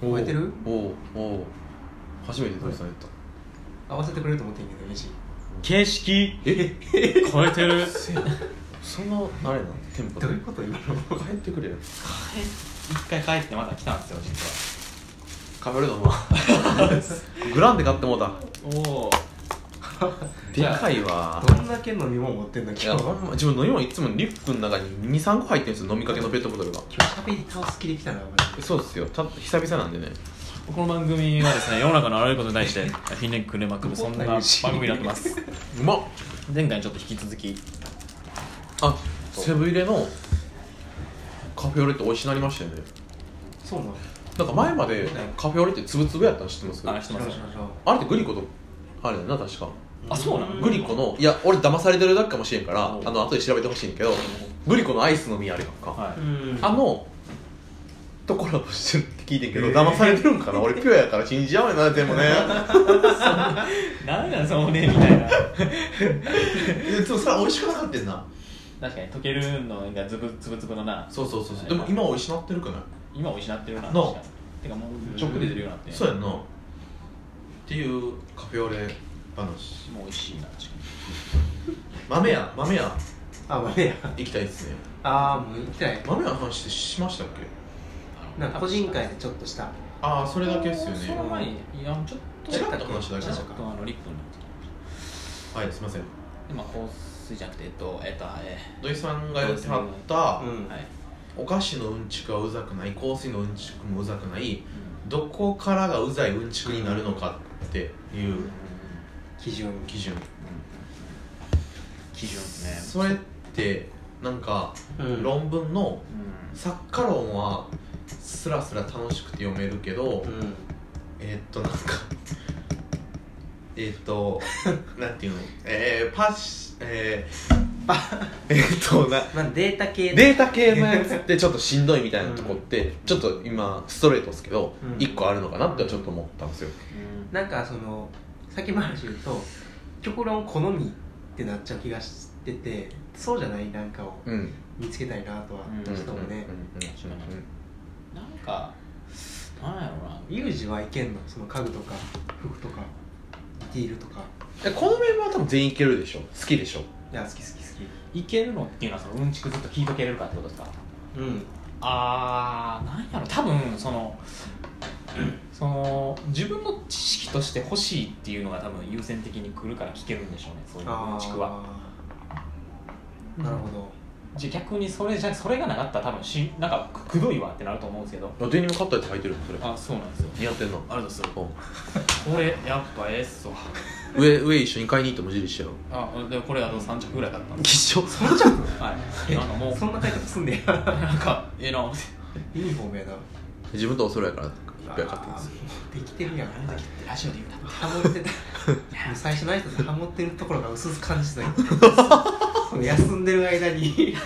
覚えてるおうおうおう初めて鳥さんやった合わせてくれると思ってんけど嬉しい形式え変えてるせそんなあれなテンポどういうこと今の帰ってくれよ一回帰ってまた来たんですよ実カメラだな グランで買ってもうたはおお でかいわどんだけ飲み物持ってんの今い日や今ほんま自分飲み物いつもリュックの中に23個入ってるんですよ飲みかけのペットボトルが日喋り倒す気できたなお前そうですよた久々なんでねこの番組はですね世の中のあらゆることに対してひねくれまくるそんな番組になってますうまっ前回にちょっと引き続きあセブン入れのカフェオレって美味しなりましたよねそうなのなんか前までカフェオレってつぶつぶやったの知ってますあしてそうまそすうよそうあれってグリコとあれだよな確かあそうなのグリコのいや俺騙されてるだけかもしれんからあうんの後で調べてほしいんやけどグリコのアイスの実あるやんか、はうんあのところとしてるって聞いてんけど、えー騙されてるんかな俺ピュアやから信じ合うよなでもね いなんなんそのねみたいなでもそれ美味しくなかったんな確かに溶けるのがズブズブズブのなそうそうそうそうでも今美味しなってるくない今美味しなってるなな確かにてかもう直で出てるようになってそうやんなっていうカフェオレ話もう美味しいな確か豆屋豆屋あ豆や行きたいですねああもう行きたい豆屋の話ってしましたっけになんか個人会でちょっとしたああそれだけっすよそのね前にいやちょっとちらっと話だけちょっとあのリップのはいすいませんでまあ香水じゃなくてえっとえっとえ土井さんがやってはったうーんはいお菓子のうんちくはうざくない香水のうんちくもうざくないうんどこからがうざいうんちくになるのかっていう基準基準基準ですねそれってなんかうん論文のうん作家論はスラスラ楽しくて読めるけどうんえーっとなんか えーっと なんていうのえー、パシえー、えーっとなまあデータ系データ系のやつってちょっとしんどいみたいなとこってちょっと今ストレートですけどうん一個あるのかなってちょっと思ったんですよなんかその先回りして言うと極論好みってなっちゃう気がしててそうじゃないなんかをうん見つけたいなとはうんちょっともねなんかなんやろうなユージはいけんのその家具とか服とかディールとかえこのメンバーは多分全員いけるでしょ好きでしょいや好き好き好いけるのっていうのはそのうんちくずっと聞いとけれるかってことですかきうんあーなんやろ多分そのその自分の知識として欲しいっていうのが多分優先的に来るから聞けるんでしょうねそういうあうんちくはーなるほどじゃあ逆にそれじゃそれがなかったら多分しなんかくくどいわってなると思うんですけどあデニム買ったやつ履いてるのそれあそうなんですよ似合ってんのありがとうございますこれやっぱええっすわ上上一緒に買いに行っても無印やろあでこれあと3着ぐらいだったんで 一緒はいなんかもうそんなタイプすんね やなんかええな思ってユニフォームやな自分とお揃いやからいっぱい買ってますできてるやんあれだけってラジオで言うなハモってたもう最初の挨拶ハモってるところが薄々感じてたけど休んでる間に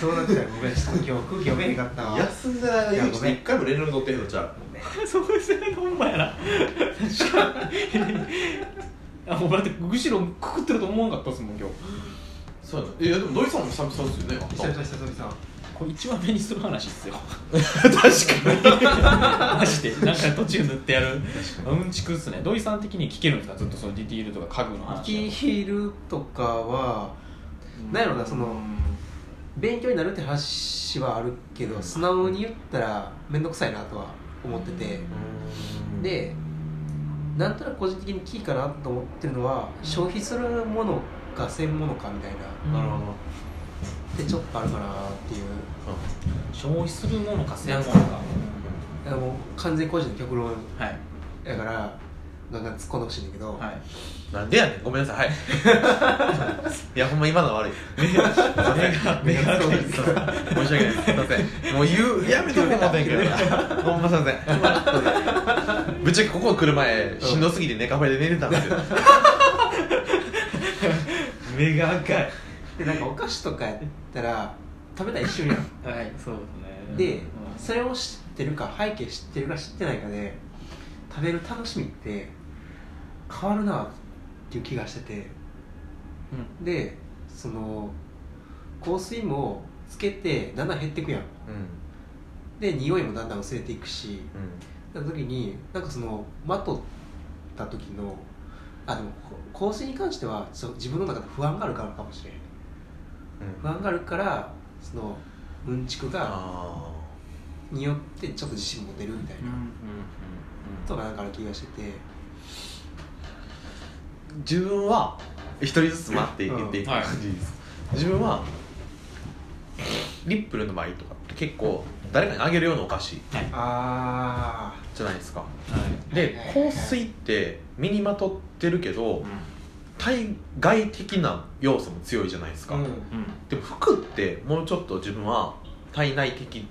そうなってたらごめんちょっと今日空気読めへんかったわ休んでない間いやにごめん一回も連絡取ってへんのちゃうそうですね、ほんまやな。確かに。あ、もうだって、ぐしろくくってると思わなかったっすもん、今日。そうやないやでも土井さんも久々ですよね久々久々これ一番目にする話っすよ。確かにマジで、なんか途中塗ってやる。うんちくっすね、土井さん的に聞けるんですか、ずっとそのディティールとか家具のディ話。ールとかはなんやろなその勉強になるって話はあるけど素直に言ったら面倒くさいなとは思っててでなんとなく個人的にキーかなと思ってるのは消費するものか専門のかみたいななるほどってちょっとあるかなっていう消費するものか、専門か。あの完全個人の極論はい。やからガンガン突っ込んでほしいんだけど、はい。なんでやねんごめんなさいはい いやほんま今のは悪い目がそう申し訳ないですすいませんもう言うやめとこう思ってんけどほんますいませんぶっちゃけここ来る前しんどすぎてネカフェで寝てたんですよ目が赤い。でなんかお菓子とかやったら食べたい一瞬やんはい、そうですね。でうんそれを知ってるか背景知ってるか知ってないかで食べる楽しみって変わるなっていう気がしててうんでその香水もつけて7減ってくやんで匂いもだんだん薄れていくしうんなった時になんかそのまとった時のあでもこ香水に関してはそう自分の中で不安があるからかもしれん不安があるからそのうんちくがあによってちょっと自信持てるみたいうんなうんことがなんかある気がしててー自分は一人ずつ待っていっていくうん感じです、自分はリップルの場合とかって結構誰かにあげるようなお菓子あじゃないですかはいで香水って身にまとってるけど対外的な要素も強いじゃないですあか、うんうんでも服ってもうちょっと自分は体内的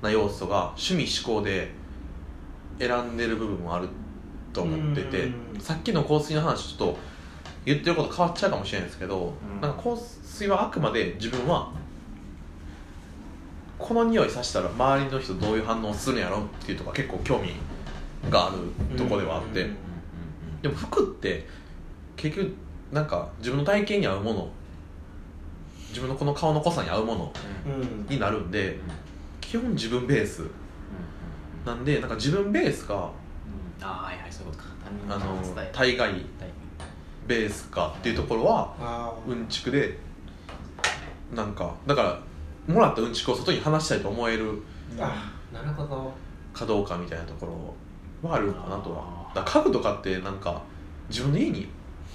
な要素が趣味思考で選んでる部分もあると思っててうんさっきの香水の話ちょっと言ってること変わっちゃうかもしれないですけど、うんなんか香水はあくまで自分はこの匂いさしたら周りの人どういう反応するんやろっていうとか結構興味があるとこではあって、うんでも服って結局なんか自分の体型に合うもの自分のこの顔の濃さに合うものうんうんになるんで基本自分ベースなんでなんか自分ベースかああはいはいそういうことかあの伝えたい対外ベースかっていうところはあーうんちくでなんかだからもらったうんちくを外に話したいと思えるあなるほどかどうかみたいなところはあるかなとはだから家具とかってなんか自分の家に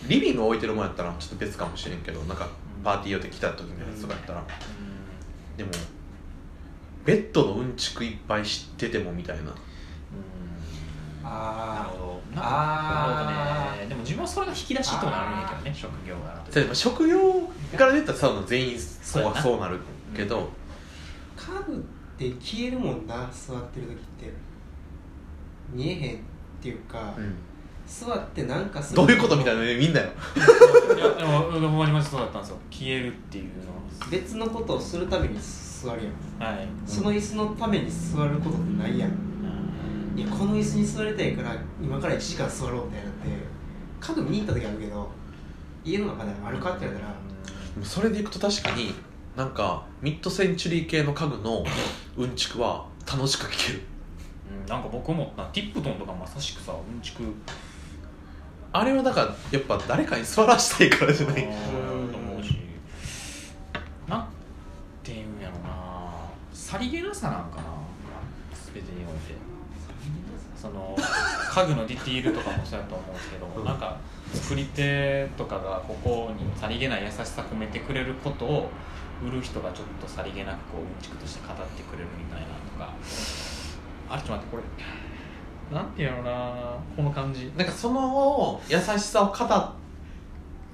リビングを置いてるもんやったらちょっと別かもしれんけどなんかパーティー用で来た時のやつとかやったら、でもベッドのうんちくいっぱい知っててもみたいななるあほーどなんかなるあーほどねでも自分はそれが引き出しともなるんやけどね職業柄と例えば職業から出たらサウナ全員そうはそそうなるけど、家具って消えるもんな座ってる時って見えへんっていうか、うん座ってなんかするどういうことみたいなねみんなよいやでもでもほんまにそうだったんですよ消えるっていうの別のことをするために座るやんははいその椅子のために座ることってないやんいやこの椅子に座りたいから今から1時間座ろうみたいなって家具見に行った時あるけど家の中であるかって言われたらそれでいくと確かになんかミッドセンチュリー系の家具のうんちくは楽しく聞けるうんなんか僕もなティップトンとかまさしくさうんちくあれはだからやっぱ誰かに座らしたいからじゃないと思うしなんていうんやろなさりげなさなんかな全てにおいてその家具のディティールとかもそうやと思うんですけども、うんなんか作り手とかがここにさりげない優しさ込めてくれることを売る人がちょっとさりげなくこううんちくとして語ってくれるみたいなとかあれちょっと待ってこれなんていうのかなこの感じなんかその優しさを語っ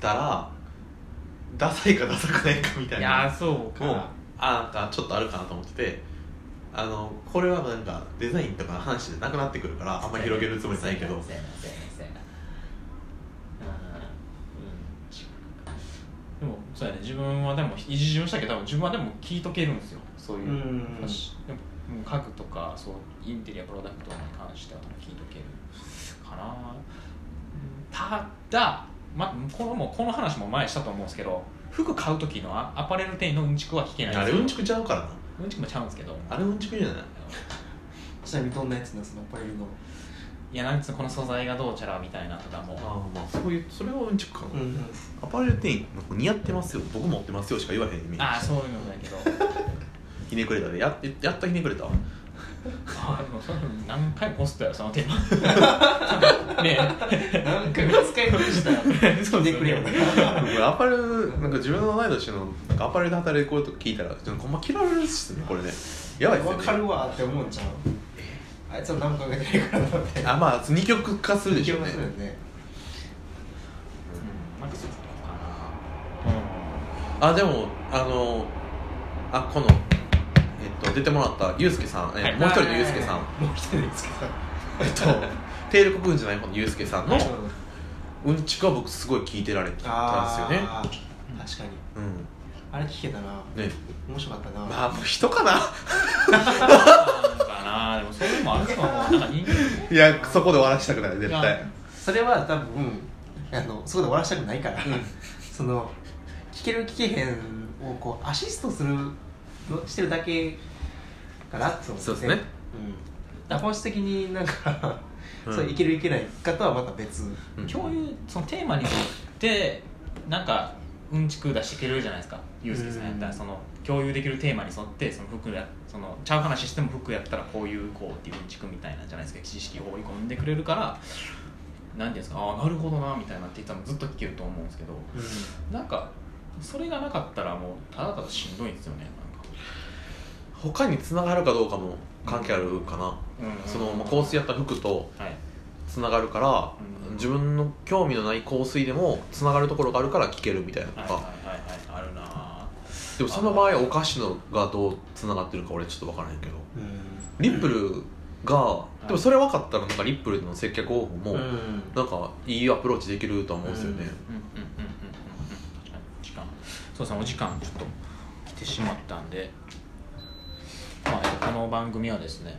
たらダサいかダサくないかみたいいなやーそうもうかあなんかちょっとあるかなと思っててあのこれはなんかデザインとかの話じゃなくなってくるからあんま広げるつもりないけどせやなせやなせやなうんでもそうやね自分はでも一時をしたけど多分自分はでも聞いとけるんですよそういううん話でももう家具とかそうインテリアプロダクトに関しては多分聞いとけるかなうんただ、ま、このもうこの話も前したと思うんですけど服買う時のアアパレル店員のうんちくは聞けないあれですうよんちくちゃうからなうんちくもちゃうんですけどあれうんちくじゃないちなみにどんなやつなんそのアパレルのいやなんつうのこの素材がどうちゃらみたいなとかもあまあそういうそれはうんちくかな、んアパレル店員似合ってますよ僕持ってますよしか言わへん意味ああそういうのだけどひねくれたでややっとひねくれたわああでもそういうの何回もこすったよその手に ねなんか見つかりましたよえそうでくれよこれアパレルなんか自分の同い年のなんかアパレルで働いてる子とか聞いたらちょっとほんま嫌われるっすねこれねやばいっすよわかねるわって思うんちゃうあいつは何も考えてないからなってあまあ二極化するでしょうねするよねうんなんかそういうことかあでもあのあこのえっと出てもらったゆうすけさん、えはいもう一人のゆうすけさん、もう一人ですけどえっと帝力軍じゃない方のゆうすけさんのうんうんちくは僕すごい聞いてられてたんですよねあー確かにうあれ聞けたな、んね面白かったな、まあもう人かな うんなんかなでもそういうのもあるかもなんか人い間やそこで終わらせたくない絶いや対それは多分あのそこで終わらせたくないから、その聞ける聞けへんをこうアシストするのしてるだけかなと思ってそうですねうん、本質的になんかそういけるいけないかとはまた別、うん共有そのテーマによってなんかうんちく出してくれるじゃないですかユうスケさんやったらうんその共有できるテーマに沿ってその服やそのちゃう話しても服やったらこういうこうっていううんちくみたいなんじゃないですか知識を放り込んでくれるから何ていうんですかああなるほどなみたいなって言ったらずっと聞けると思うんですけどなんかそれがなかったらもうただただしんどいんですよね他に繋がるかどうかも関係あるかな、なんか、うんその、まあ、香水やった服とはい繋がるから、うん自分の興味のない香水でも繋がるところがあるから聞けるみたいなとはいか、はいはいはいあるなあでもその場合お菓子のがどう繋がってるか俺ちょっと分からへんけどうんリップルが、いでもそれ分かったらなんかリップルの接客方法も、うんなんかいいアプローチできると思うんですよね、うんうんうんうんうんうんはい時間そうさんお時間ちょっと来てしまったんで、まあ、えっとこの番組はですね、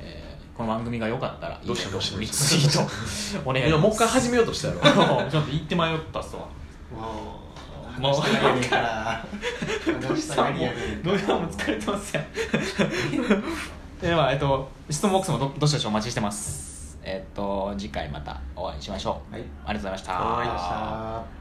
えーこの番組が良かったらいいねどうしたとどうしたリツイート お願いいしやますもう一回始めようとした やろちょっと言って迷ったっすわもうもう話したがりやから話したがりやねん土から曜も疲れてますやんでは、えっと、質問ボックスもどどしどしお待ちしてますえっと次回またお会いしましょう、はいありがとうございましたはいありがとうございました